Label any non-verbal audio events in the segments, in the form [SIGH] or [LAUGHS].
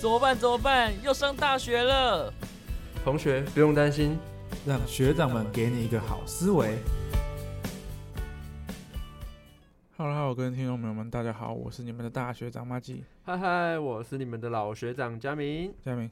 怎么办？怎么办？要上大学了！同学不用担心，让学长们给你一个好思维。 Hello Hello，各位听众朋友们，大家好，我是你们的大学长马季嗨嗨，我是你们的老学长佳明，佳明。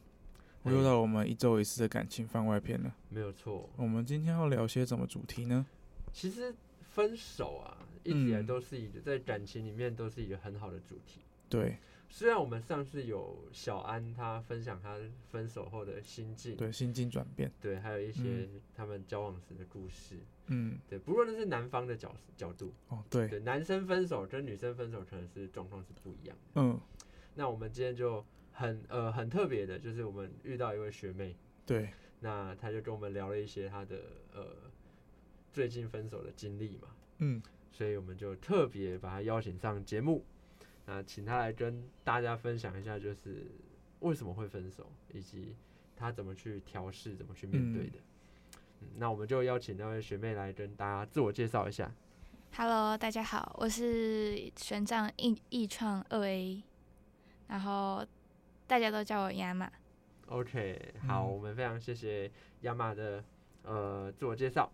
我又到我们一周一次的感情番外篇了。没有错。我们今天要聊些什么主题呢？其实分手啊，一直以来嗯都是一个、在感情里面都是一个很好的主题。对虽然我们上次有小安他分享他分手后的心境，对，心境转变。对还有一些他们交往时的故事，嗯，对，不论是男方的角角度，哦对，对，男生分手跟女生分手可能是状况是不一样的。嗯那我们今天就很呃很特别的，就是我们遇到一位学妹，对，那她就跟我们聊了一些她的呃最近分手的经历嘛，嗯所以我们就特别把她邀请上节目，那请她来跟大家分享一下，就是为什么会分手，以及她怎么去调试、怎么去面对的。嗯那我们就邀请那位学妹来跟大家自我介绍一下。 Hello，大家好，我是玄奘易易创二 A，然后大家都叫我亚马。 OK，好，嗯我们非常谢谢亚马的呃自我介绍。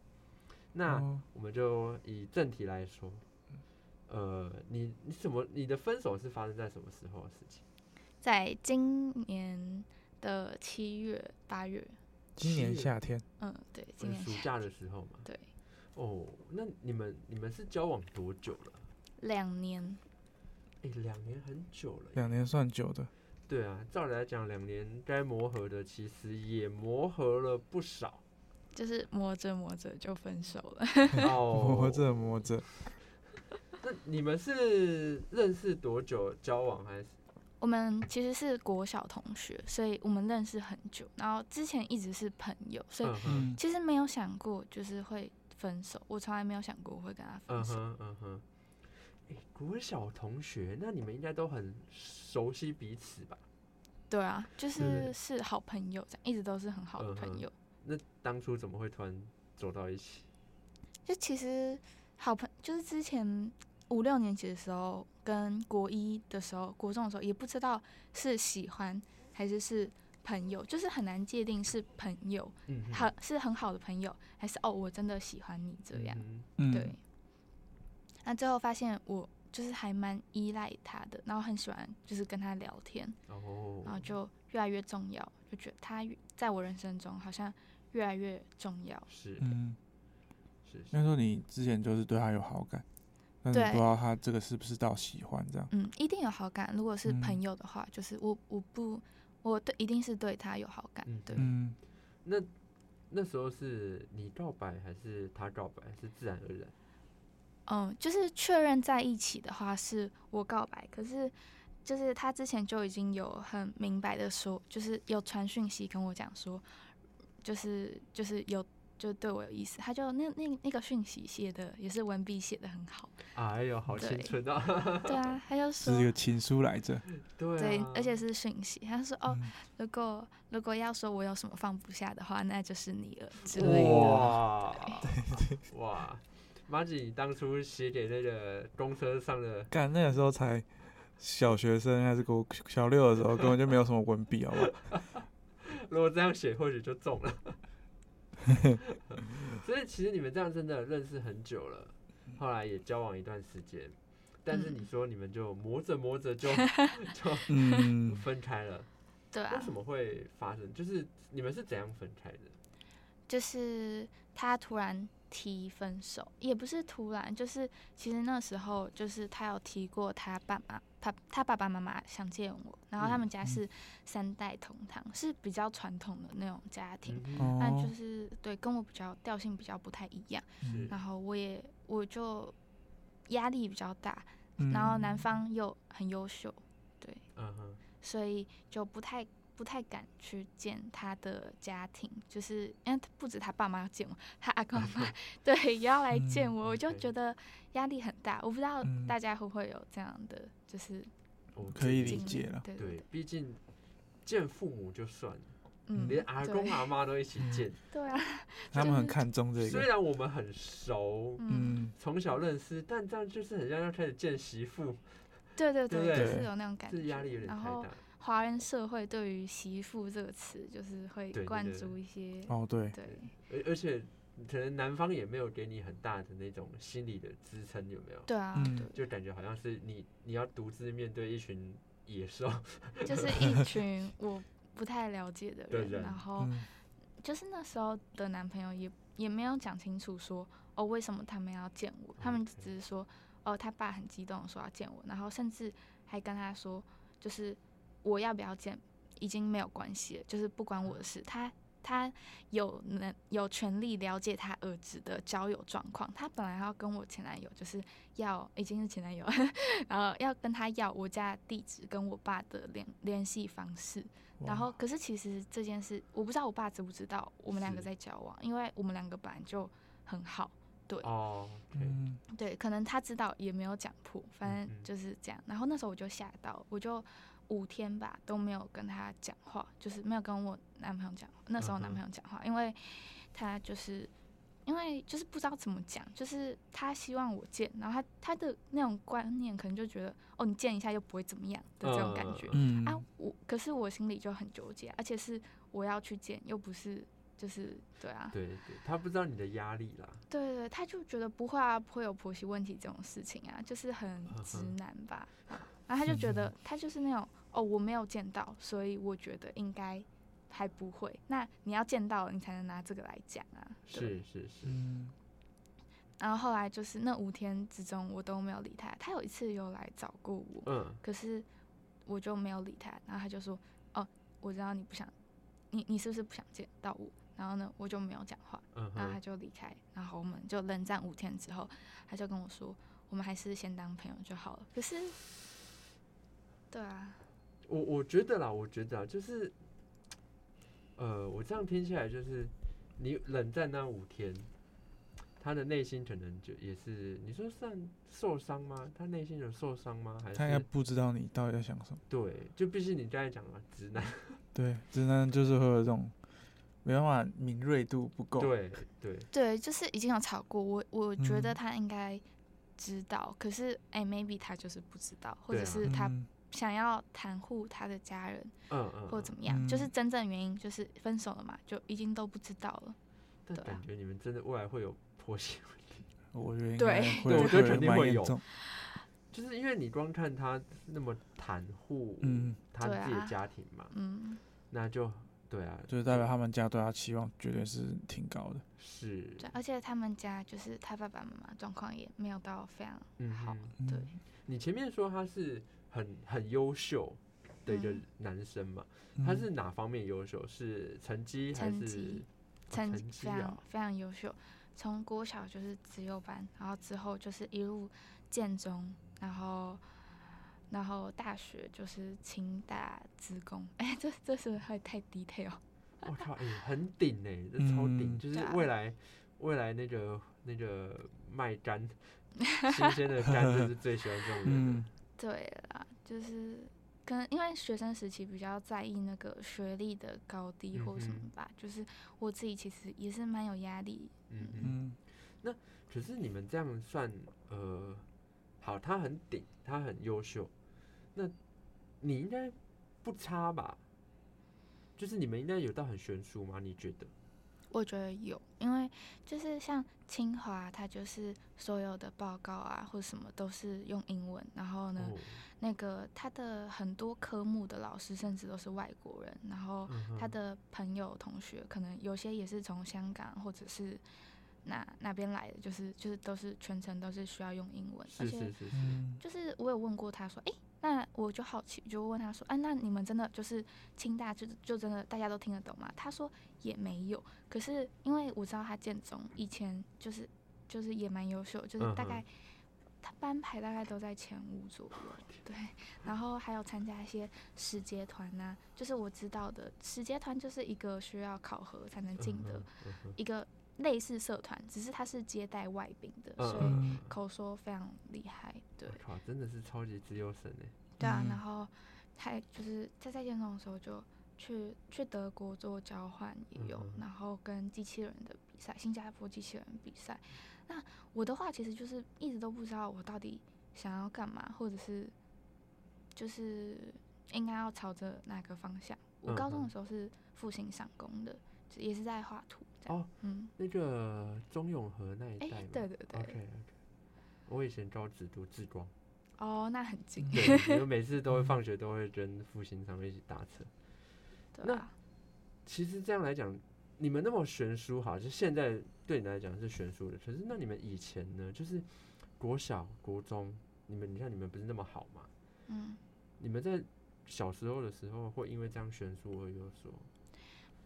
那、哦我们就以正题来说，呃，你你怎么你的分手是发生在什么时候的事情？在今年的七月、八月，今年是夏天，嗯，对，今呃年暑假的时候嘛。对，哦，那你们你们是交往多久了？两年，诶，两年很久了耶。两年算久的。对啊，照理来讲，两年该磨合的其实也磨合了不 [LAUGHS] 少就是磨着磨着就分手了。 [LAUGHS] 哦磨。着磨着，那你们是认识多久交往还是？我们其实是国小同学，所以我们认识很久，然后之前一直是朋友，所以嗯哼，嗯其实没有想过就是会分手，我从来没有想过我会跟他分嗯手。哼，嗯哼。诶，国小同学，那你们应该都很熟悉彼此吧？对啊，就对是是好朋友，这样一直都是很好的嗯哼朋友。那当初怎么会突然走到一起？就其实好朋就是之前五六年级的时候，跟国一的时候、国中的时候，也不知道是喜欢还是是朋友，就是很难界定是朋友，嗯哼，好是很好的朋友，还是哦我真的喜欢你这样。嗯嗯对，那最后发现我就是还蛮依赖他的，然后很喜欢就是跟他聊天，哼。哦，然后就越来越重要，就觉得他越在我人生中好像越来越重要。是嗯，是应该是，说你之前就是对他有好感，但是你对不知道他这个是不是到喜欢这样。嗯，一定有好感。如果是嗯朋友的话，就是我我不我对一定是对他有好感嗯，对，嗯，那那时候是你告白还是他告白？是自然而然？嗯，就是确认在一起的话是我告白，可是就是他之前就已经有很明白的说，就是有传讯息跟我讲说，就是就是有。就对我有意思，他就那那那个讯息写的也是文笔写的很好，哎呦，好青对春啊！对啊，他就这是一个说情书来着。 [LAUGHS] 对对啊，而且是讯息，他说哦，嗯如果如果要说我有什么放不下的话，那就是你了之类的。哇哇，马吉，你当初写给那个公车上的，干那个时候才小学生还是国小六的时候，根本就没有什么文笔，好不好？ [LAUGHS] 如果这样写，或许就中 [LAUGHS] 了。所以其实你们这样真的认识很久了，后来也交往一段时间，但是你嗯说你们就磨着磨着就 [LAUGHS] 就嗯，分开了，对啊为，什么会发生？就是你们是怎样分开的？就是他突然提分手，也不是突然，就是其实那时候就是他有提过他爸妈他他爸爸妈妈想见我，然后他嗯们家嗯是三代同堂，是比较传统的那种家庭，嗯那哦啊就，是对跟我比较调性比较不太一样，嗯是然后我也我就压力比较大，然后男嗯方又很优秀，嗯哼，所以就不太不太敢去见他的家庭，就是因为他不止他爸妈要见我，他阿公阿 [LAUGHS] 妈对也要来见我，我就 OK 觉得压力很大。我不知道嗯大家会不会有这样的就是我可以这理经个解历了对对对对，，毕竟见父母就算了，嗯，连阿公啊对阿妈都一起 [LAUGHS] 见。对啊，他们很就是啊看重这虽个，然我们很熟，嗯，嗯，从小认识，但这样就是很像要开始见媳妇，对对对不就对是有那种感这觉，压力有点然太后大。华人社会对于“媳妇”这个词，就是会对对灌对注一些哦，对，对而而且可能男方也没有给你很大的那种心理的支撑，有没有？对啊，嗯对，就感觉好像是你你要独自面对一群野兽，就是 [LAUGHS] 一群我不太了解的对人，人然后嗯，就是那时候的男朋友也也没有讲清楚说哦为什么他们要见我，他们 OK 只是说哦他爸很激动地说要见我，然后甚至还跟他说就是我要不要见已经没有关系了，就是不关我的事，他。他有能有权利了解他儿子的交友状况。他本来要跟我前男友，就是要已经是前男友， [LAUGHS] 然后要跟他要我家的地址跟我爸的联联系方式。然后，哇可是其实这件事，我不知道我爸知不知道我们两个是在交往，因为我们两个本来就很好。哦，OK，嗯，对，可能他知道也没有讲破，反嗯嗯正就是这样。然后那时候我就吓到，我就五天吧都没有跟他讲话，就是没有跟我男朋友讲，那时候嗯哼男朋友讲话，因为他就是因为就是不知道怎么讲，就是他希望我见，然后他他的那种观念可能就觉得哦，你见一下又不会怎么样的这种感觉。嗯啊，我可是我心里就很纠结，而且是我要去见，又不是就是对啊，对对，他不知道你的压力啦，对对对，他就觉得不会啊，不会有婆媳问题这种事情啊，就是很嗯哼嗯直男吧。嗯然后他就觉得他就是那种哦，我没有见到，所以我觉得应该还不会。那你要见到了，你才能拿这个来讲啊。是对是是，嗯，然后后来就是那五天之中，我都没有理他。他有一次有来找过我，嗯，可是我就没有理他，然后他就说：“哦，我知道你不想，你你是不是不想见到我？”然后呢，我就没有讲话，嗯然后他哼，就离开，然后我们就冷战五天之后，他就跟我说：“我们还是先当朋友就好了。”可是，对啊，我我觉得啦，我觉得啊，就是，呃，我这样听起来就是，你冷战那五天，他的内心可能就也是，你说算受伤吗？他内心有受伤吗？还他应该是不知道你到底在想什么。对，就毕竟你刚才讲了直男，对，直男就是会有这种没办法敏锐度不够。，对对，对，就是已经有吵过，我我觉得嗯他应该知道，可是哎，maybe 他就是不知道，或对者啊是他嗯想要袒护他的家人，嗯嗯，或嗯怎么样，就是嗯真正原因就是分手了嘛，就已经都不知道了。但对啊感觉你们真的未来会有婆媳问题，我觉得应对该 [LAUGHS] 会对我觉得会肯定蛮会严有重就是因为你光看他那么袒护嗯他对自己的啊家庭嘛，嗯，那就对啊，就是代表他们家对他期望绝对是挺高的。是，对，而且他们家就是他爸爸妈妈状况也没有到非常嗯好，哼嗯对，你前面说他是很很优秀的一个嗯男生嘛，嗯他是哪方面优秀？是成绩还成是绩？哦成绩成绩非常、啊非常优秀，从国小就是资优班，然后之后就是一路建中，然后然后大学就是清大职工，哎、这这是会太 detail，我靠，哎、很顶哎、这超顶，嗯就是对啊未来未来那个那个卖干新鲜的 [LAUGHS] 干，就是最喜欢这种人了嗯。对啦，就是可能因为学生时期比较在意那个学历的高低或什嗯么吧，就是我自己其实也是蛮有压力，嗯嗯，嗯可是你们这样算呃，好，他很顶，他很优秀，那你应该不差吧？就是你们应该有到很悬殊吗？你觉得？我觉得有，因为就是像清华，啊它就是所有的报告啊或什么都是用英文，然后呢，哦，那个他的很多科目的老师甚至都是外国人，然后嗯哼他的朋友同学可能有些也是从香港或者是哪哪边来的，就是就是都是全程都是需要用英文，是而是且是是，嗯就是我有问过他说，诶，那我就好奇，就问他说，啊，那你们真的就是清大就就真的大家都听得懂吗？他说也没有，可是因为我知道他建中以前就是就是也蛮优秀，就是大嗯哼概、他班排大概都在前五左右，对，然后还有参加一些师姐团呐、就是我知道的师姐团就是一个需要考核才能进的嗯哼嗯哼一个类似社团，只是他是接待外宾的，嗯所以嗯口说非常厉害，对我。靠，真的是超级自由神哎、对啊，嗯然后还就是在在建中的时候就去去德国做交换也有，嗯哼然后跟机器人的比赛，新加坡机器人比赛。那我的话其实就是一直都不知道我到底想要干嘛，或者是就是应该要朝着哪个方向。我嗯高中嗯的时候是复兴上工的，就也是在画图这样。哦嗯，那个中永和那一哎、带吗？对对对 OK OK，我以前招只读志 [LAUGHS] 光，哦，那很近，对，因为每次都嗯会放学都会跟复兴上面一起搭车。对那啊，其实这样来讲，你们那么悬殊好，就现在对你来讲是悬殊的。可是那你们以前呢？就是国小、国中，你们你看你们不是那么好嘛？嗯，你们在小时候的时候会因为这样悬殊而有所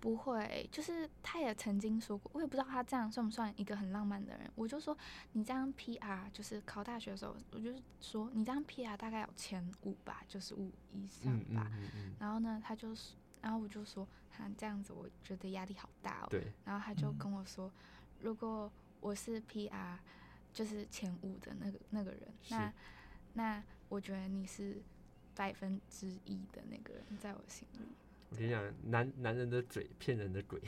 不会，就是他也曾经说过，我也不知道他这样算不算一个很浪漫的人。我就说你这样 PR，就是考大学的时候，我就是说你这样 PR 大概有前五吧，就是五以上嗯吧。嗯嗯嗯，然后呢，他就是，然后我就说他这样子，我觉得压力好大哦。对，然后他就嗯跟我说，如果我是 PR，就是前五的那个那个人，是那那我觉得你是百分之一的那个人，在我心里。我跟你讲，男男人的嘴骗人的鬼，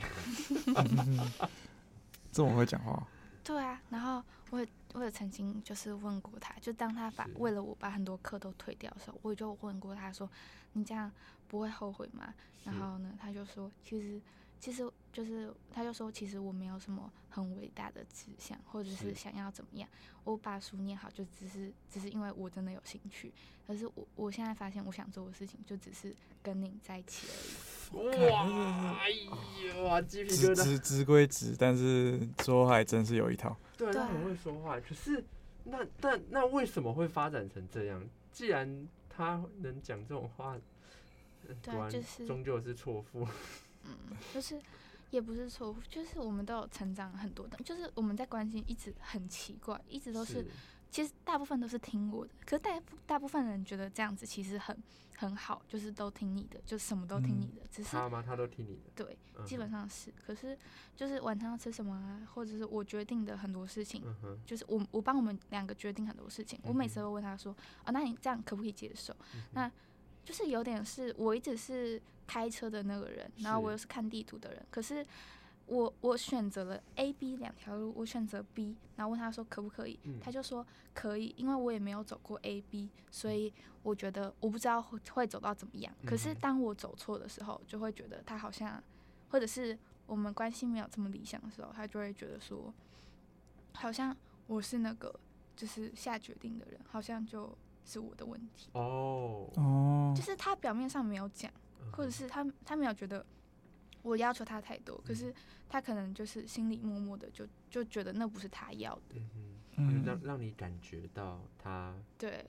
[LAUGHS] 这么会讲话，对啊，然后我也我也曾经就是问过他，就当他把是为了我把很多课都退掉的时候，我就问过他说：“你这样不会后悔吗？”然是后呢，他就说：“其实其实就是他就说，其实我没有什么很伟大的志向，或者是是想要怎么样。我把书念好，就只是只是因为我真的有兴趣。可是我我现在发现，我想做的事情就只是跟你在一起而已。哇，哎呀，鸡皮疙直瘩。直直归直，但是说还真是有一套。对，对他啊很会说话。可是那但那为什么会发展成这样？既然他能讲这种话，呃对果啊然就是终究是错付。嗯，就是也不是错误，就是我们都有成长很多的，就是我们在关系一直很奇怪，一直都是，其实大部分都是听我的，可是大部大部分人觉得这样子其实很很好，就是都听你的，就什么都听嗯你的，只是他吗？他都听你的，对，嗯基本哼，上是，可是就是晚上要吃什么啊，或者是我决定的很多事情。嗯哼，就是我，我帮我们两个决定很多事情。我每嗯次哼都问他说：“啊，那你这样可不可以接受？”嗯哼那就是有点是我一直是开车的那个人，然后是我又是看地图的人，可是我我选择了 A、B 两条路，我选择 B，然后问他说可不可以，嗯他就说可以，因为我也没有走过 A、B，所以我觉得我不知道会会走到怎么样。可是嗯哼当我走错的时候，就会觉得他好像，或者是我们关系没有这么理想的时候，他就会觉得说，好像我是那个就是下决定的人，好像就是我的问题。哦，哦就，是他表面上没有讲，嗯或者是他他没有觉得我要求他太嗯多，可是他可能就是心里默默的就就觉得那不是他要的，嗯哼，嗯就让让你感觉到他对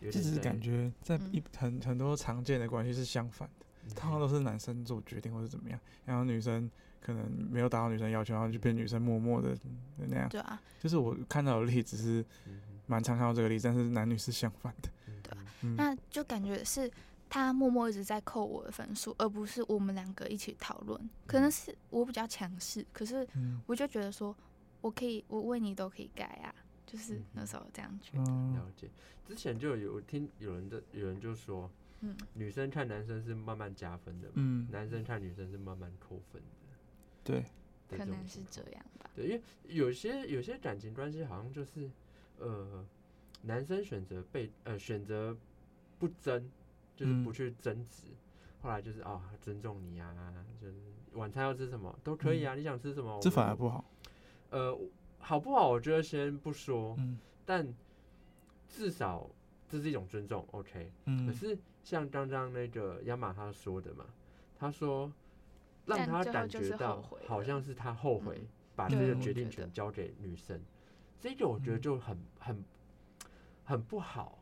有这点只是在感，觉在嗯一很很多常见的关系是相反的，嗯通常哼都是男生做决定或者怎么样，然后女生可能没有达到女生要求，然后就被女生默默的那样。对啊，就是我看到的例子是嗯哼蛮常看到这个例子，但是男女是相反的。嗯对哼嗯那就感觉是他默默一直在扣我的分数，而不是我们两个一起讨论，可嗯能是我比较强势，可是嗯我就觉得说我可以，我为你都可以改啊，就是嗯那时候这样觉得，嗯了解。之前就有听有人的有人就说，嗯，女生看男生是慢慢加分的嘛，嗯，男生看女生是慢慢扣分的对，的可种能是情这况样吧，对，因为有些有些感情关系好像就是，呃，男生选择被呃选择不争，就是不嗯去争执，后来就是哦尊重你啊，就是晚餐要吃什么都可以嗯啊，你想吃什么？这我反而我不好。呃好不好？我觉得先不说，嗯但至少这是一种尊重，OK。可嗯，是像刚刚那个亚马哈说的嘛，他说让但他最后感就觉是后到悔好了像是他后悔嗯把这对个我决觉定得权交给女生，这个我觉得嗯就很很很不好。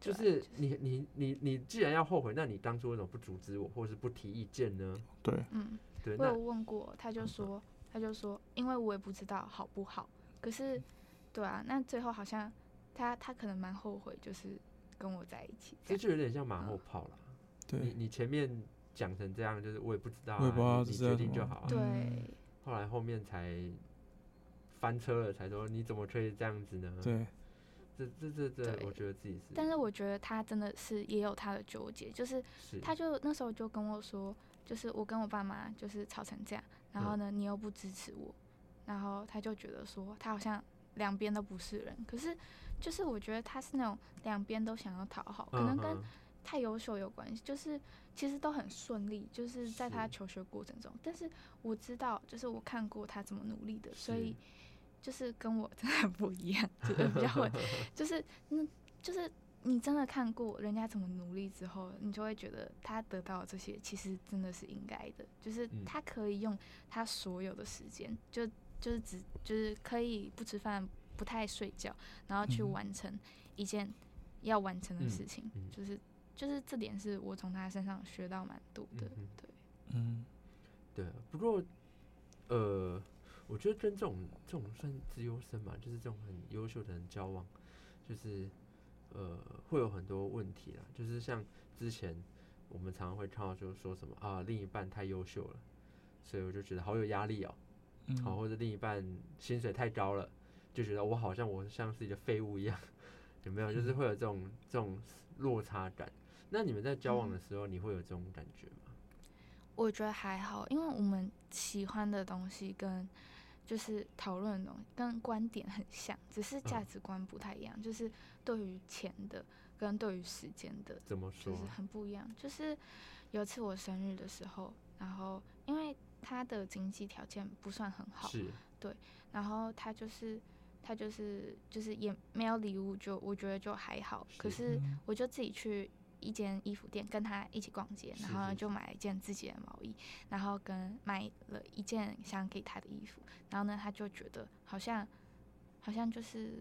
就对啊是你你你你既然要后悔，那你当初为什么不阻止我，或是不提意见呢？对，嗯。对，我那有问过，他嗯就说，他就说，因为我也不知道好不好，可是，嗯对啊，那最后好像他他可能蛮后悔，就是跟我在一起这这样。就有点像马后嗯炮了。你对，你前面讲成这样，就是我也不知道、啊，我也不知道你这你是决要定什就么好啊。对，后来后面才翻车了，才说你怎么可以这样子呢？对，这这这这，对我觉得自己是，但是我觉得他真的是也有他的纠结，就是是他就那时候就跟我说，就是我跟我爸妈就是吵成这样，然嗯后呢你又不支持我，然后他就觉得说他好像两边都不是人，可是就是我觉得他是那种两边都想要讨好，可能跟嗯哼太优秀有关系，就是其实都很顺利，就是在他是求学过程中。但是我知道，就是我看过他怎么努力的，所是以就是跟我真的不一样， [LAUGHS] 就是比较 [LAUGHS] 会，就是嗯，就是你真的看过人家怎么努力之后，你就会觉得他得到的这些其实真的是应该的，就是嗯他可以用他所有的时间，就就是只就是可以不吃饭、不太睡觉，然后去嗯完成一件要完成的嗯事情，嗯就是就是这点是我从他身上学到蛮多的，嗯哼对，嗯，对啊，不过呃，我觉得跟这种这种算资优生嘛，就是这种很优秀的人交往，就是呃会有很多问题啦，就是像之前我们常常会看到就是说什么啊，另一半太优秀了，所以我就觉得好有压力哦，嗯好、或者另一半薪水太高了，就觉得我好像我像是一个废物一样， [LAUGHS] 有没有？嗯就是会有这种这种落差感。那你们在交往嗯的时候，你会有这种感觉吗？我觉得还好，因为我们喜欢的东西跟就是讨论的东西跟观点很像，只是价嗯值观不太一样，就是对于钱的跟对于时间的怎么就说是啊？很不一样。就是有一次我生日的时候，然后因为他的经济条件不算很好，是嗯然后他就是他就是就是也没有礼物就，我觉得就还好。可是是我就自己去一间衣服店跟他一起逛街，是然后是就买了一件自己的毛衣，然后跟买了一件想给他的衣服。然后呢，他就觉得好像好像就是。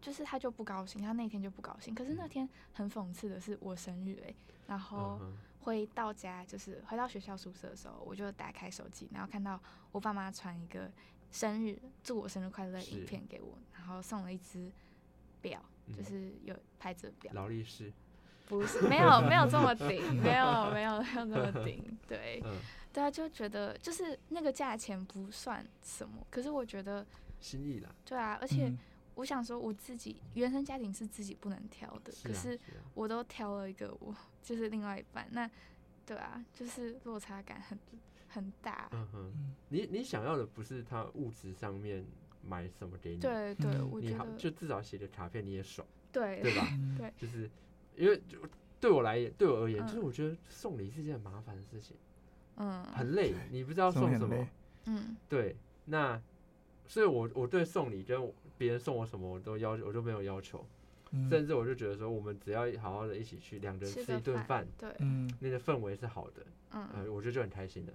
就是他就不高兴，他那天就不高兴。可是那嗯天很讽刺的是，我生日诶、欸然嗯后哼回到家，就是回到学校宿舍的时候，我就打开手机，然后看到我爸妈传一个生日祝我生日快乐的是影片给我，然后送了一只表，就嗯是有牌子的表，劳力士，不是没有没有这么顶，没有没有没有那么顶，对嗯，对啊，就觉得就是那个价钱不算什么，可是我觉得心意啦，对啊，而且嗯我想说我自己原生家庭是自己不能挑的，是可啊，是啊我都挑了一个我就是另外一半，那对啊，就是落差感很很大。嗯哼，你你想要的不是他物质上面买什么给你，对对，嗯我你觉好得就至少写个卡片你也爽，对对 [LAUGHS] 吧？嗯对就是因为就对我来对我而言，就是嗯我觉得送礼是件很麻烦的事情，嗯很 [LAUGHS] 累，你不知道送礼送很什么累，嗯对，那所以我我对送礼跟别人送我什么我都要我就没有要求，嗯甚至我就觉得说我们只要好好的一起去，两个人吃吃一个顿饭饭，，对，嗯那个氛围是好的，嗯，呃，我觉得就很开心的，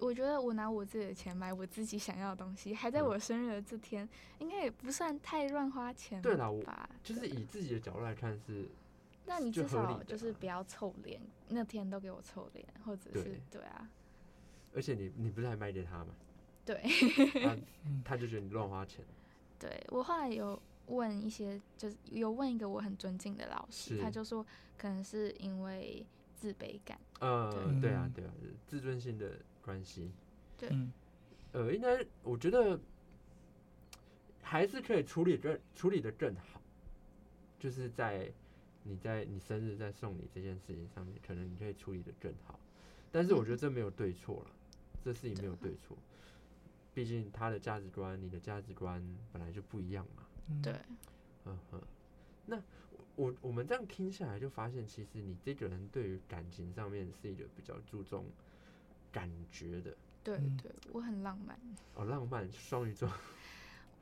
我觉得我拿我自己的钱买我自己想要的东西，还在嗯我生日的这天，应该也不算太乱花钱对啦我吧？就是对以自己的角度来看是那你就至合理少的就是啦不要臭脸，那天都给我臭脸，或者是对对啊，而且你你不是还卖给他吗？ [LAUGHS] 对，他他就觉得你乱花钱，对我后来有问一些，就是有问一个我很尊敬的老师，是他就说可能是因为自卑感，嗯，对对啊，对啊，自尊心的关系，对嗯呃，应该我觉得还是可以处理更处理的更好，就是在你在你生日在送礼这件事情上面，可能你可以处理的更好，但是我觉得这没有对错了，这事情没有对错， [LAUGHS] 毕竟他的价值观，你的价值观本来就不一样嘛，嗯对，嗯哼，那我我我们这样听下来，就发现其实你这个人对于感情上面是一个比较注重感觉的对嗯对，我很浪漫，哦，浪漫双鱼座、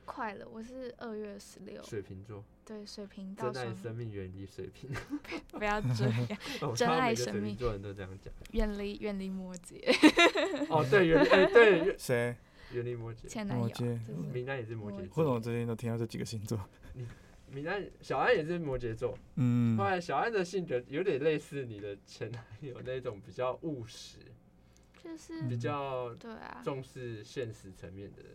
快乐，我是二月十六，水瓶座，对，水瓶到珍爱双，生命，远离水 [LAUGHS] [LAUGHS] 瓶。不要这样， [LAUGHS] 哦，珍差爱每个生水瓶命座人都这样 [LAUGHS] 讲。远离远离摩羯，哦，对，远离哎对，远谁？远离摩羯，前男友，摩就羯是明丹也是摩羯为什座，么最近都听到这几个星座？明丹小安也是摩羯座。嗯后，来小安的性格有点类似你的前男友那种比较务实、就是比较对啊，重视现实层面的人。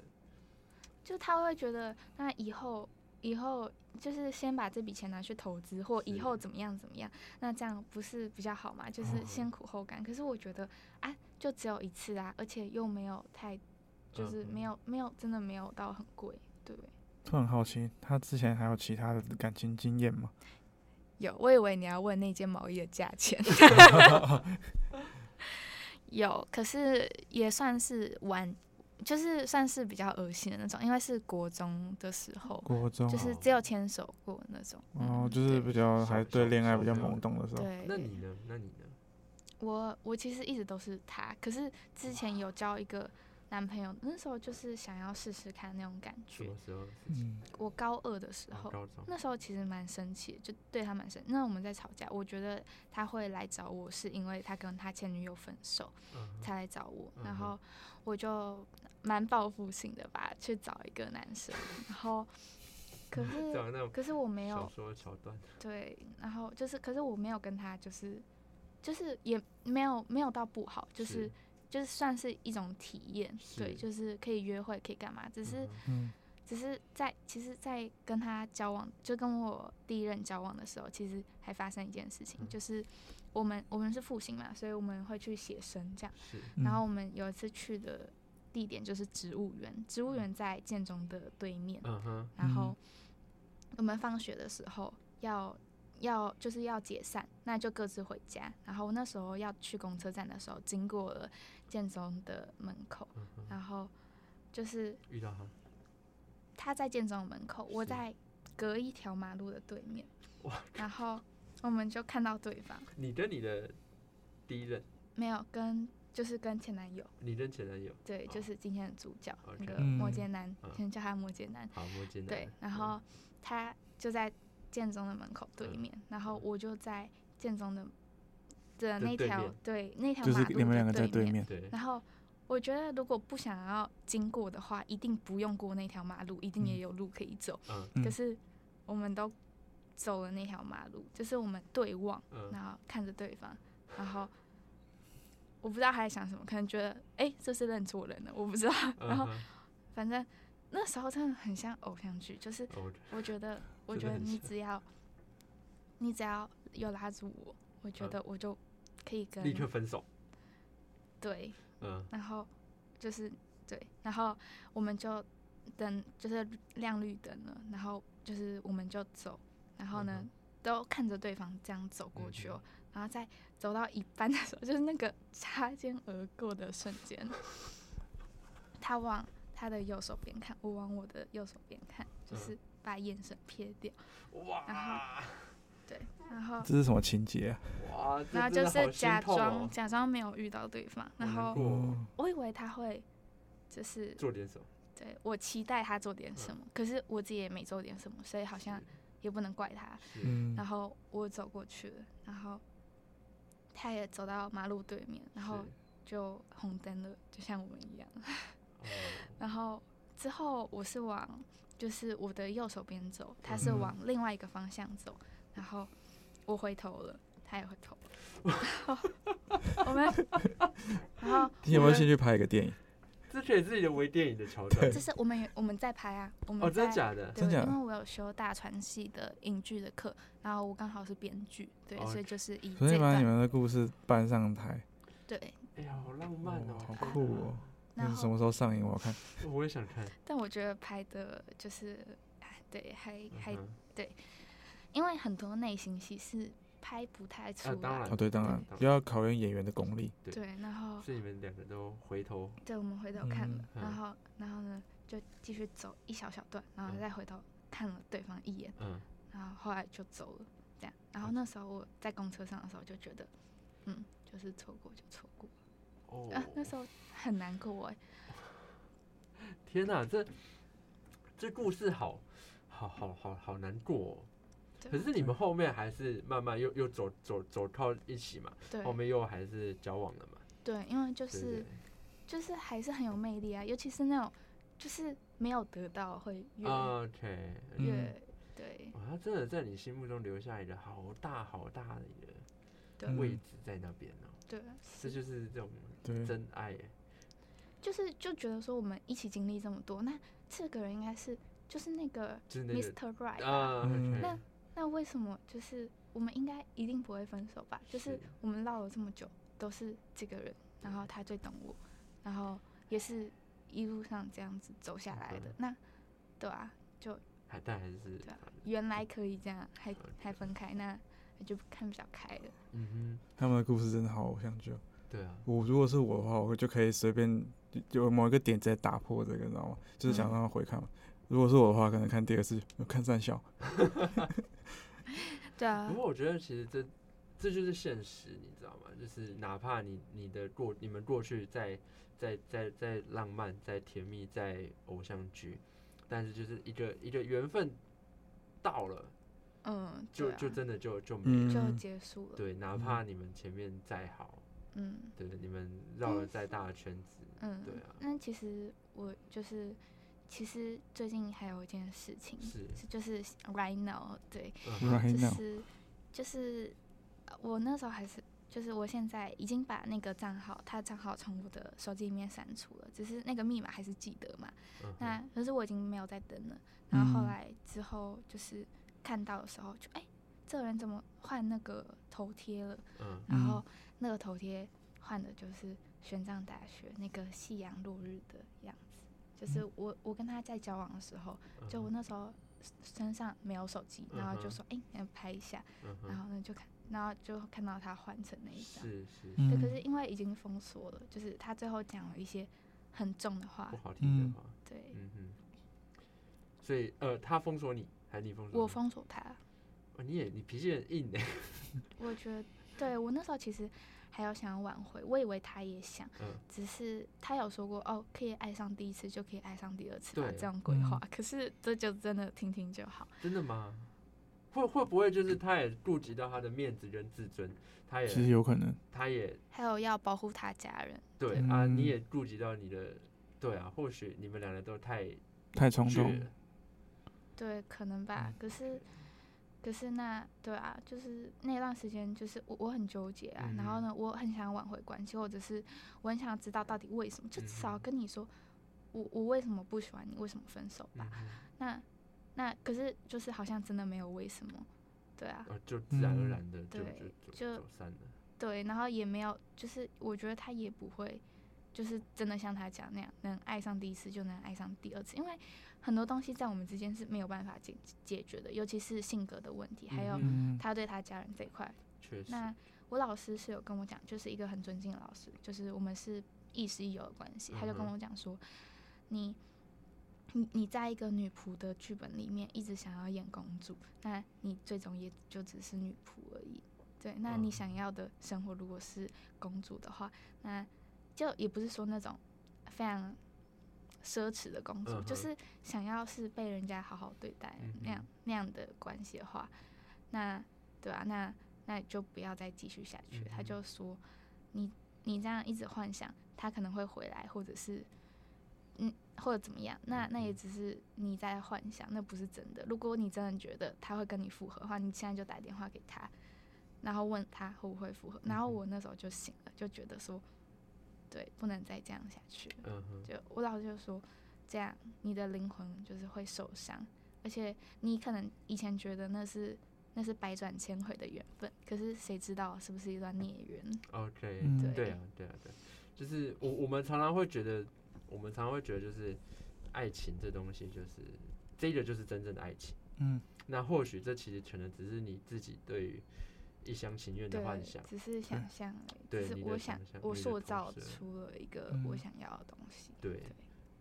就他会觉得那以后。以后就是先把这笔钱拿去投资，或以是后怎么样怎么样，那这样不是比较好嘛？就是嗯先苦后甘。可是我觉得啊，就只有一次啊，而且又没有太，就是嗯没有、没有真的没有到很贵，对不对？突然好奇，他之前还有其他的感情经验吗？有，我以为你要问那件毛衣的价钱。 [LAUGHS] 有，可是也算是玩就是算是比较恶心的那种，因为是国中的时候，国中就是只有牵手过那种。嗯哦嗯，就是比较还小对小恋爱小比较时候懵懂的时候，对，那对你呢？那你呢？我我其实一直都是他，可是之前有交一个男朋友，那时候就是想要试试看那种感什觉么。时候的事情？嗯，我高二的时啊候，高中。那时候其实蛮生气的，就对他蛮生。那我们在吵架，我觉得他会来找我，是因为他跟他前女友分手嗯哼才来找我，嗯然哼后我就蛮报复性的吧，去找一个男生，然 [LAUGHS] 后可是讲那种可是我没有小说桥段，对，然后就是，可是我没有跟他，就是，就是也没有没有到不好，就是是就是算是一种体验，是对，就是可以约会，可以干嘛，只是、嗯哼嗯，只是在其实，在跟他交往，就跟我第一任交往的时候，其实还发生一件事情，嗯就是我们我们是复兴嘛，所以我们会去写生这样，是然后我嗯们有一次去的地点就是植物园，植物园在建中的对面，嗯哼，然后嗯我们放学的时候要要就是要解散，那就各自回家。然后那时候要去公车站的时候，经过了建中的门口，嗯哼，然后就是遇到他，他在建中的门口，我是在隔一条马路的对面哇，然后我们就看到对方，你跟你的第一任，没有跟就是跟前男友，你跟前男友，对，就哦是今天的主角、 OK 那个摩嗯羯男，嗯先叫他摩羯男，好，摩羯男，对，然嗯后他就在建中的门口对嗯面，然后嗯我就在建中的的的那对条面对那条就是马路你们两的个在对对。面，嗯对，然后我觉得如果不想要经过的话，一定不用过那条马路，一定也嗯有路可以走。嗯嗯可是我们都走了那条马路，就是我们对望，嗯，然后看着对方，然后。我不知道他在想什么，可能觉得哎、这是认错人了，我不知道。然后嗯哼反正那时候真的很像偶像剧，就是哦我觉得，我真觉的得很你像只要，你只要有拉住我，我觉嗯得我就可以跟立刻分手，对，嗯，然后就是对，然后我们就等就是亮绿灯了，然后就是我们就走，然后呢、嗯都看着对方这样走过去哦嗯，然后再走到一半的时候， [LAUGHS] 就是那个擦肩而过的瞬 [LAUGHS] 间，他往他的右手边看，我往我的右手边看，就嗯是把眼神瞥掉。哇对，然后这是什么情节啊？哇，这然后真就的好是心假痛装、哦假装没有遇到对方，然难后过哦我以为他会就是做点什么，对我期待他做点什么，嗯可是我自己也没做点什么，所以好像也不能怪他。是嗯然后我走过去了，然后他也走到马路对面，然后是就红灯了，就像我们一样。哦然后之后我是往就是我的右手边走，他是嗯往另外一个方向走，然后我回头了，他也回头了， [LAUGHS] 然后我们，然后你有没有兴趣拍一个电影？这可以是你的微电影的桥段这，是我们有我们在拍啊，哦，我们真在、的假的？对，真假的因为我有修大传系的影剧的课，然后我刚好是编剧，对，哦所以就是以所这以把你段们的故事搬上台，对，哎呀，好浪漫哦，哦好天酷哪哦！那然你什后么时候上映？我要看。我也想看，但我觉得拍的就是，哎对，还还嗯因为很多内心戏是拍不太出哼来，啊，当然哦，，对，当然对要考验演员的功力。对对，然后是你们两个都回头，对，我们回头看了，嗯然嗯后然后呢就继续走一小小段，然后嗯再回头看了对方一眼，嗯，然后后来就走了，这样。然后那时候我在公车上的时候就觉得，嗯，就是错过就错过哦，啊，那时候很难过哎、天哪，这这故事好，好好好好难过、哦。对啊可是你们后面还是慢慢又又走走走到一起嘛，后对面又还是交往了嘛，对，因为就对不对是？就是还是很有魅力啊，尤其是那种就是没有得到会越、啊 OK，嗯越对哇，他真的在你心目中留下一个好大好大的一个对位置在那边哦，对，嗯这就是这种对，真爱耶。就是就觉得说我们一起经历这么多，那这个人应该是就是那个就是那个 Mr. Right 吧啊嗯，OK，那那为什么就是我们应该一定不会分手吧？就是是我们唠了这么久，都是这个人，然后他最懂我，然后也是一路上这样子走下来的嗯。那对啊，还但还是对啊原来可以这样，还解还分开，那就看比较开了。嗯他们的故事真的好偶像剧哦。哼，对啊，我如果是我的话，我就可以随便有某一个点直接打破这个，你知道吗？就是想让他回看嘛。如果是我的话，可能看第二次看三笑，对啊不，过我觉得其实这这就是现实，你知道吗？就是哪怕你你的过你们过去再再再再浪漫、再甜蜜、再偶像剧，但是就是一个一个缘分到了，嗯，就对啊就真的就就没了。嗯就结束了，对，哪怕你们前面再好，嗯对，你们绕了再大的圈子，嗯，对啊那其实我就是，其实最近还有一件事情是是就是 right now，对，嗯 Right 就 now 是就是呃我那时候还是就是我现在已经把那个账号，他的账号从我的手机里面删除了，只是那个密码还是记得嘛。嗯哼那可是我已经没有再登了。然后嗯后来之后就是看到的时候就，哎，这个人怎么换那个头贴了？嗯然嗯后那个头贴换的就是玄奘大学那个夕阳落日的样子。就是我我跟他在交往的时候，嗯就我那时候身上没有手机，然后嗯哼就说哎，你、拍一下，嗯然哼，后呢就看，然后就看到他换成那一张。是是嗯对，可是因为已经封锁了，就是他最后讲了一些很重的话不，好听嗯的话，对、嗯哼，所以呃，他封锁你，还是你封锁我他封锁他，哦你也你脾气很硬哎，我觉得对我那时候其实还有想要挽回，我以为他也想，嗯只是他有说过哦，可以爱上第一次就可以爱上第二次吧，对这种鬼嗯话，可是这就真的听听就好。 [LAUGHS] 真的吗？会会不会就是他也顾及到他的面子跟自尊，他其实也有可能，他也还有要保护他家人，对嗯啊，你也顾及到你的对啊，或许你们两个都太太冲倔动，了，对，可能嗯吧。可是，可是那对啊，就是那段时间，就是我我很纠结嗯啊。然后呢，我很想挽回关系，或者是我很想知道到底为什么，就至少要嗯哼跟你说，我我为什么不喜欢你，为什么分手吧嗯。哼那那可是就是好像真的没有为什么，对啊，啊，就自然而嗯然的就对就就就走散了，对，然后也没有，就是我觉得他也不会。就是真的像他讲那样，能爱上第一次就能爱上第二次，因为很多东西在我们之间是没有办法解解决的，尤其是性格的问题，还有嗯嗯，他对他家人这一块。确实，那我老师是有跟我讲，就是一个很尊敬的老师，就是我们是亦师亦友的关系。他就跟嗯哼我讲说，你你你在一个女仆的剧本里面一直想要演公主，那你最终也就只是女仆而已。对，那你嗯想要的生活如果是公主的话，那就也不是说那种非常奢侈的公主，嗯哼就是想要是被人家好好对待、嗯哼那样那样的关系的话，那对啊，那那就不要再继续下去。嗯他哼就说，你你这样一直幻想，他可能会回来，或者是嗯，或者怎么样，那那也嗯哼只是你在幻想，那不是真的。如果你真的觉得他会跟你复合的话，你现在就打电话给他，然后问他会不会复合。然后嗯哼我那时候就醒了，就觉得说，对，不能再这样下去了。嗯哼，就我老师就说，这样你的灵魂就是会受伤，而且你可能以前觉得那是那是百转千回的缘分，可是谁知道是不是一段孽缘？ OK，、嗯对啊，对啊，对，就是我我们常常会觉得，我们常常会觉得，就是爱情这东西，就是这个就是真正的爱情。嗯，那或许这其实可能只是你自己对于一厢情愿的对幻想，，只是想象而已，只对是你的我想想象我你的塑投造射出了一个嗯我想要的东西。对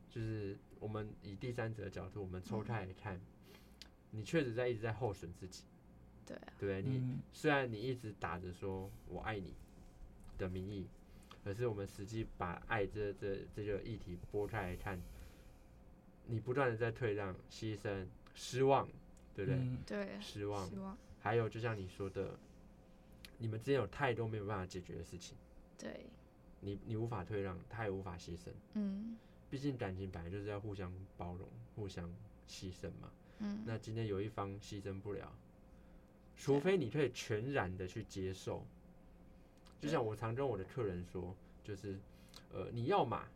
就是我们以第三者的角度，嗯我们抽开来看，你确实在一直在候选自己，对啊，对你、嗯虽然你一直打着说我爱你的名义，可是我们实际把爱这这这个议题拨开来看，你不断的在退让、牺牲、失望，对不对？嗯对，失望，希望还有就像你说的，你们之间有太多没有办法解决的事情，对，你你无法退让，他也无法牺牲，嗯毕竟感情本来就是要互相包容、互相牺牲嘛。嗯，那今天有一方牺牲不了，除非你可以全然的去接受。就像我常跟我的客人说，就是，呃，你要嘛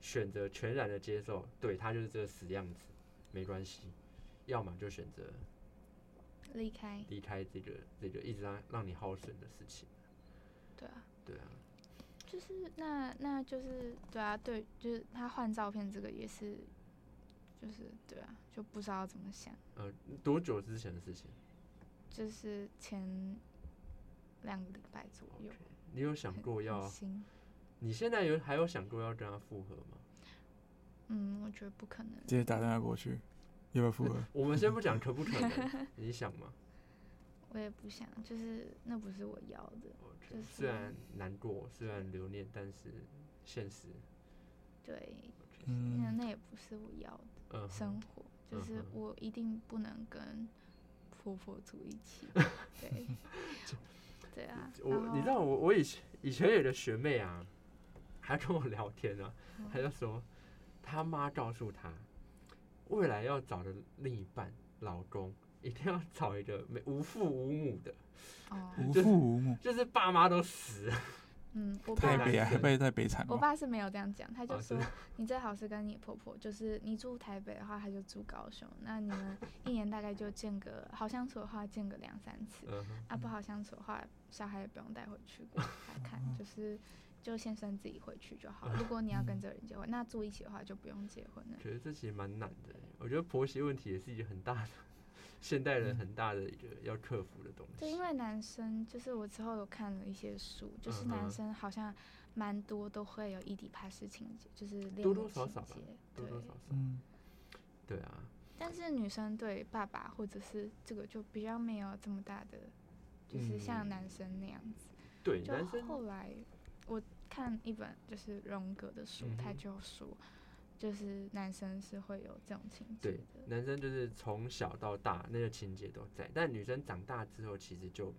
选择全然的接受，对他就是这个死样子，没关系；要么就选择离开，离开这个这个一直让让你耗损的事情。对啊。对啊，就是那那就是对啊，对，就是他换照片这个也是，就是对啊，就不知道怎么想。呃，多久之前的事情？就是前两个礼拜左右 OK，。你有想很过很哦要新你现在有还有想过要跟他复合吗？嗯，我觉得不可能。直接打电话过去，要不要复合？我们先不讲可不可能，你想吗？我也不想，就是那不是我要的。我觉就得是虽然难过，虽然留念，但是现实，对，那嗯，那也不是我要的嗯哼，生活，就是嗯哼我一定不能跟婆婆住一起。 [LAUGHS] 对，对啊。我你知道我我以前以前有个学妹啊，她跟我聊天啊，嗯她就说她妈告诉她，未来要找的另一半老公一定要找一个没无父无母的，然后？哦，无父嗯无 [LAUGHS] 母，就是爸妈都死 [LAUGHS] 了，嗯，我太爸悲哀，对被太悲惨我了。爸是没有这样讲，他就哦是说、你最好是跟你婆婆，就是你住台北的话，他就住高雄，那你们一年大概就见个好相处的话，见个两三次，嗯哼，啊不好相处的话，小孩也不用带回去给他看，就是就先生自己回去就好。如果你要跟这个人结婚，那住一起的话就不用结婚了。觉得这其实蛮难的欸，我觉得婆媳问题也是一个很大的 [LAUGHS] 现代人很大的一个要克服的东嗯对，因西，为男生就是我之后有看了一些书，就嗯是哼男生好像蛮多都会有异地帕式情节，就是恋多多母少情少吧节，多多对少。少，嗯，对啊，但是女生对爸爸或者是这个就比较没有这么大的，就是像嗯男生那样子。对，男就生后来我看一本就是荣格的书，他嗯哼就说，就是男生是会有这种情节对，的。男生就是从小到大那个情节都在，但女生长大之后其实就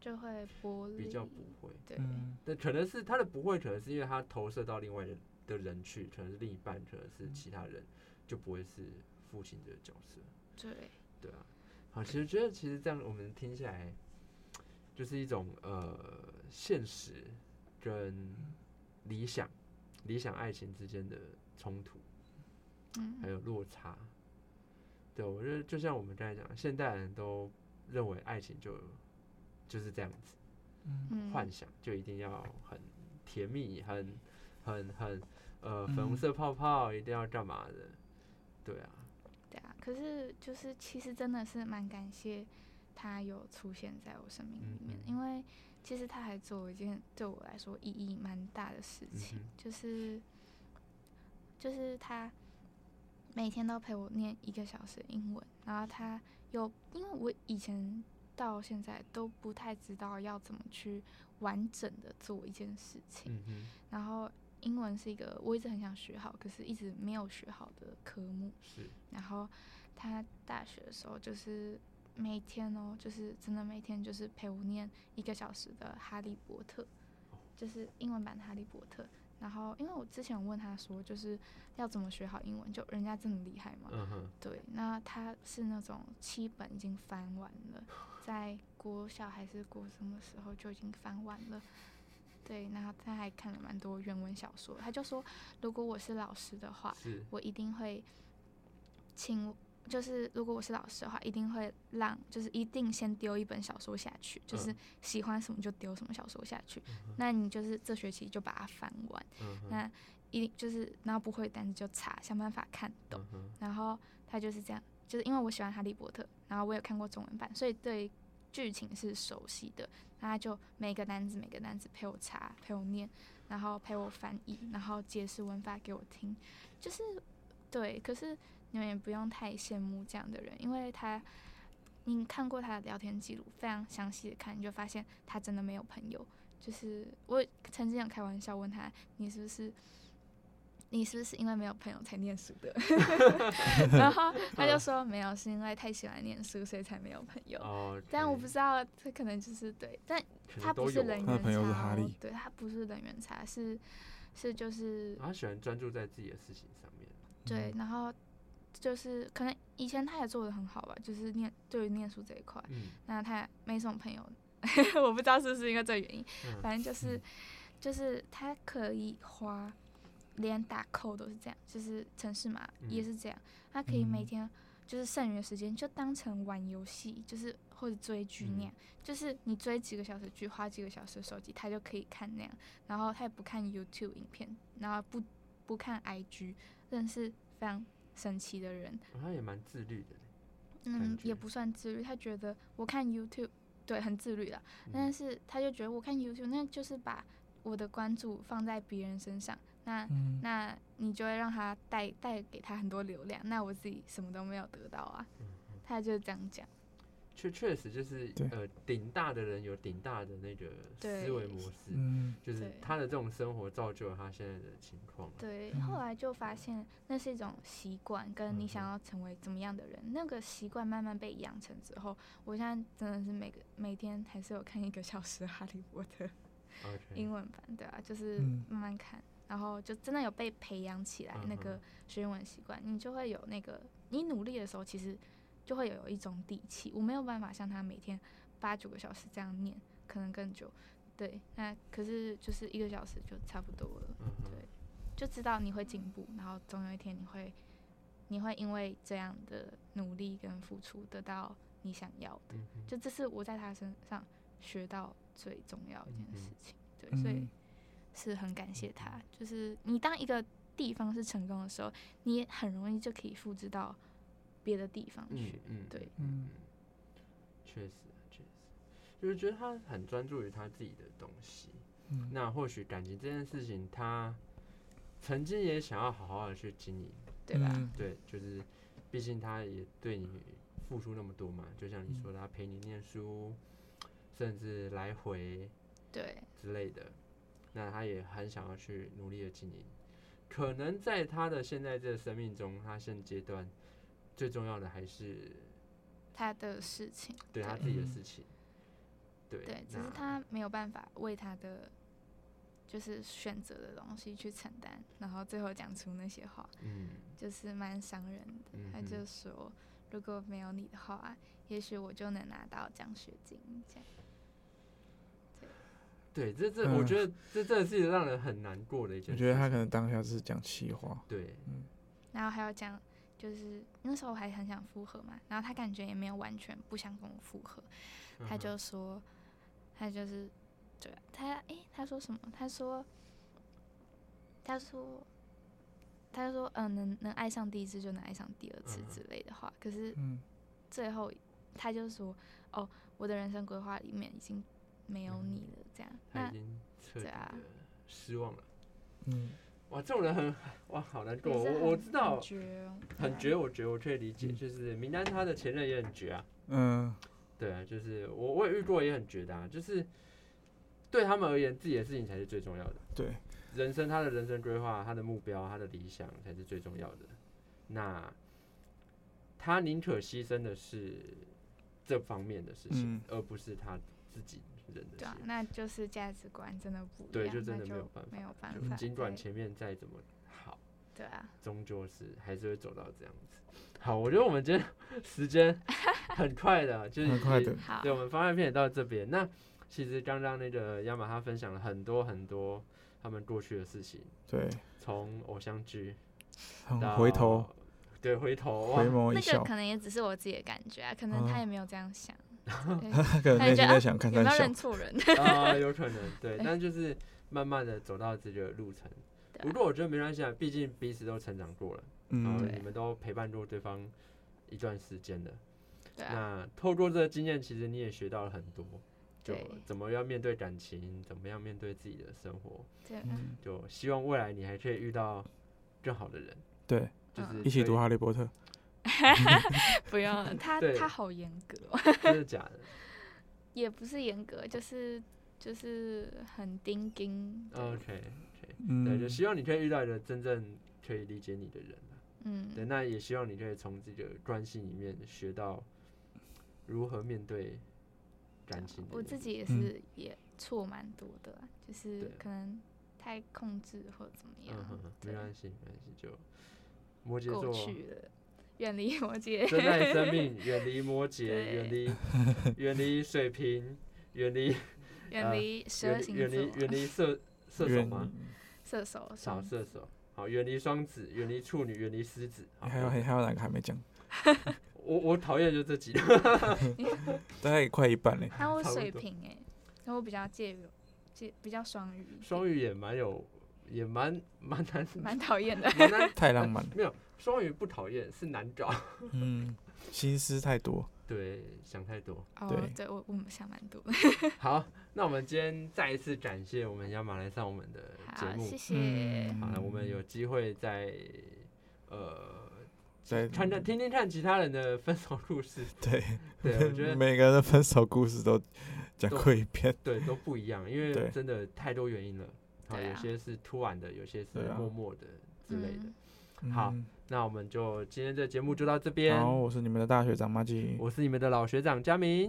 就会玻璃比较不会。对，嗯，但可能是他的不会，可能是因为他投射到另外的的人去，可能是另一半，可能是其他人，就不会是父亲这个角色。对，对啊，好，其实觉得其实这样我们听起来，就是一种呃现实跟理想、理想爱情之间的冲突。还嗯，有落差。对，我觉得就像我们刚才讲，现代人都认为爱情就就是这样子，嗯幻想就一定要很甜蜜，很很很呃粉嗯红色泡泡，一定要干嘛的？对啊，对啊。可是就是其实真的是蛮感谢他有出现在我生命里面，嗯嗯因为其实他还做了一件对我来说意义蛮大的事情，嗯哼就是就是他每天都陪我念一个小时英文，然后他有因为我以前到现在都不太知道要怎么去完整的做一件事情，嗯哼，然后英文是一个我一直很想学好，可是一直没有学好的科目。是，然后他大学的时候就是每天哦，就是真的每天就是陪我念一个小时的《哈利波特》，就是英文版的《哈利波特》。然后因为我之前问他说，就是要怎么学好英文，就人家真的厉害嘛。嗯哼，对，那他是那种七本已经翻完了，在国小还是国什么时候就已经翻完了。对，然后他还看了蛮多原文小说，他就说，如果我是老师的话，是，我一定会请，就是如果我是老师的话，一定会让，就是一定先丢一本小说下去，就是嗯喜欢什么就丢什么小说下去。那你就是这学期就把它翻完，嗯哼，那一定就是然后不会的单词就查，想办法看懂。嗯哼，然后他就是这样，就是因为我喜欢哈利波特，然后我有看过中文版，所以对剧情是熟悉的。那他就每个单字每个单字陪我查，陪我念，然后陪我翻译，然后解释文法给我听，就是对。可是你们也不用太羡慕这样的人，因为他。你看过他的聊天记录，非常详细的看，你就发现他真的没有朋友。就是我曾经有开玩笑问他，你是不是你是不是因为没有朋友才念书的？ [LAUGHS] 然后他就说没有，是因为太喜欢念书，所以才没有朋友。哦，但我对不知，道，他可能就是对，但可能他都不是有人啊他缘差、的哦，朋友是哈利对他不是人缘差，是是就是他喜欢专注在自己的事情上面，对，嗯然后就是可能以前他也做的很好吧，就是念对于念书这一块，嗯，那他也没什么朋友， [LAUGHS] 我不知道是不是因为这个原因，嗯反正就是就是他可以花，连打扣都是这样，就是城市嘛、嗯也是这样，他可以每嗯天就是剩余的时间就当成玩游戏，就是或者追剧那样，嗯就是你追几个小时剧，花几个小时的手机，他就可以看那样，然后他也不看 YouTube 影片，然后不不看 IG，认识非常神奇的人，哦他也蛮自律的，嗯，觉也不算自律，他觉得我看 YouTube 对很自律了。嗯但是他就觉得我看 YouTube，那就是把我的关注放在别人身上，那嗯，那你就会让他带带给他很多流量，那我自己什么都没有得到啊。嗯他就是这样讲，确确实就是对呃，顶大的人有顶大的那个对思维模式，嗯，就是对他的这种生活造就了他现在的情况啊。对。嗯后来就发现那是一种习惯，跟你嗯想要成为怎么样的人，那个习惯慢慢被养成之后，我现在真的是每个每天还是有看一个小时《哈利波特》 OK，嗯英文版，对啊，就是嗯慢慢看，然后就真的有被培养起来那嗯个学英文习惯，你就会有那个你努力的时候，其实就会有一种底气。我没有办法像他每天八九个小时这样念，可能更久。对，那可是就是一个小时就差不多了，嗯哼对就知道你会进步，然后总有一天你会，你会因为这样的努力跟付出得到你想要的。嗯哼就这是我在他身上学到最重要的嗯一件哼事情。对，所以嗯是很感谢他。就是你当一个地方是成功的时候，你也很容易就可以复制到别的地方嗯去。嗯，对，嗯，确实确实，就是觉得他很专注于他自己的东西。嗯那或许感情这件事情，他曾经也想要好好的去经营，对吧？嗯对，就是毕竟他也对你付出那么多嘛，就像你嗯说的，他陪你念书，甚至来回对，之类的，那他也很想要去努力的经营。可能在他的现在这个生命中，他现阶段最重要的还是他的事情，对他自对己的嗯事情。对，对，只是那他没有办法为他的。就是选择的东西去承担，然后最后讲出那些话，嗯就是蛮伤人的。嗯他哼就说，如果没有你的话，也许我就能拿到奖学金。这样，对，这这、我嗯觉得这真的是让人很难过的一件我事情。觉得他可能当下是讲气话，对，然后还有讲，就是那时候我还很想复合嘛，然后他感觉也没有完全不想跟我复合，嗯他哼就说，他就是，对啊他诶、他说什么？他说，他说，他说，嗯、能能爱上第一次就能爱上第二次嗯之类的话，可是嗯最后他就说，哦，我的人生规划里面已经没有嗯你了，这样，他已那经彻底对啊的失望了。嗯哇，这种人很哇，好难过。也是我我很知道很，绝哦，对很啊绝，我觉得我可以理解。嗯就是明丹他的前任也很绝啊，嗯对啊，就是我我也遇过也很绝的啊，就是对他们而言，自己的事情才是最重要的。对，人生他的人生规划、他的目标、他的理想才是最重要的。那他宁可牺牲的是这方面的事情，嗯而不是他自己人的事对啊，情。那就是价值观真的不一样，对那就就真的没有办法没有办就法尽管对前面再怎么好，对啊，终究是还是会走到这样子。好，我觉得我们今天 [LAUGHS] 时间很快的，啊就是很快的，好对，，我们方案片也到这边。那其实刚刚那个亚马哈分享了很多很多他们过去的事情，对，从偶像剧很到嗯回头，对回头哇回，眸一那个笑，可能也只是我自己的感觉啊，可能他也没有这样想，哦对他 [LAUGHS] 可能他内也觉心得在啊想看有看没有笑认，错人？ [LAUGHS] 啊，有可能对，但就是慢慢的走到这个路程。对啊不过我觉得没关系啊，毕竟彼此都成长过了，然后嗯对你们都陪伴过对方一段时间了。对啊，那透过这个经验，其实你也学到了很多，就对怎么样面对感情，怎么样面对自己的生活。对啊，嗯，就希望未来你还可以遇到更好的人，对，啊就是一起可读《以，哈利波特》，不 [LAUGHS] 用了他对他好严格哦， [LAUGHS] [LAUGHS] 真的假的？也不是严格，就是就是很钉钉，对 OK，对，嗯就，希望你可以遇到一个真正可以理解你的人啊对，嗯，那也希望你可以从这个关系里面学到如何面对感情的我问自题。己也嗯是也错蛮多的啊，就是对可能太控制或者怎么样嗯哼哼，，没啊对关系，没关系，就摩羯过座。去了，远离摩羯。珍爱生命，远离摩羯，对远 [LAUGHS] 离远离水瓶，远离远呃离十远二离星远离座，远离射射手愿吗？射手、少双射手，好，远离双子，远离处女，远离狮子。好还有还有哪个还没讲？我我讨厌就这几个，大概快一半嘞，那我差不水多瓶哎、欸，那我比较介于介比较双鱼一点，双鱼也蛮有，也蛮蛮难。蛮讨厌的 [LAUGHS] 蛮难， [LAUGHS] 太浪漫了，没有双鱼不讨厌，是难搞。嗯，心思太多， [LAUGHS] 对，想太多。哦，对对我我们想蛮多的。好，那我们今天再一次感谢我们亚马来上我们的节好，目谢。谢。嗯好了，我们有机会再呃，在看看听听看其他人的分手故事。对，对，我觉得 [LAUGHS] 每个人的分手故事都讲过一遍，对都不一样，因为对真的太多原因了。好，对啊有些是突然的，有些是对啊默默的之类的嗯。好嗯那我们就今天这节目就到这边。好，我是你们的大学长马季，我是你们的老学长佳明。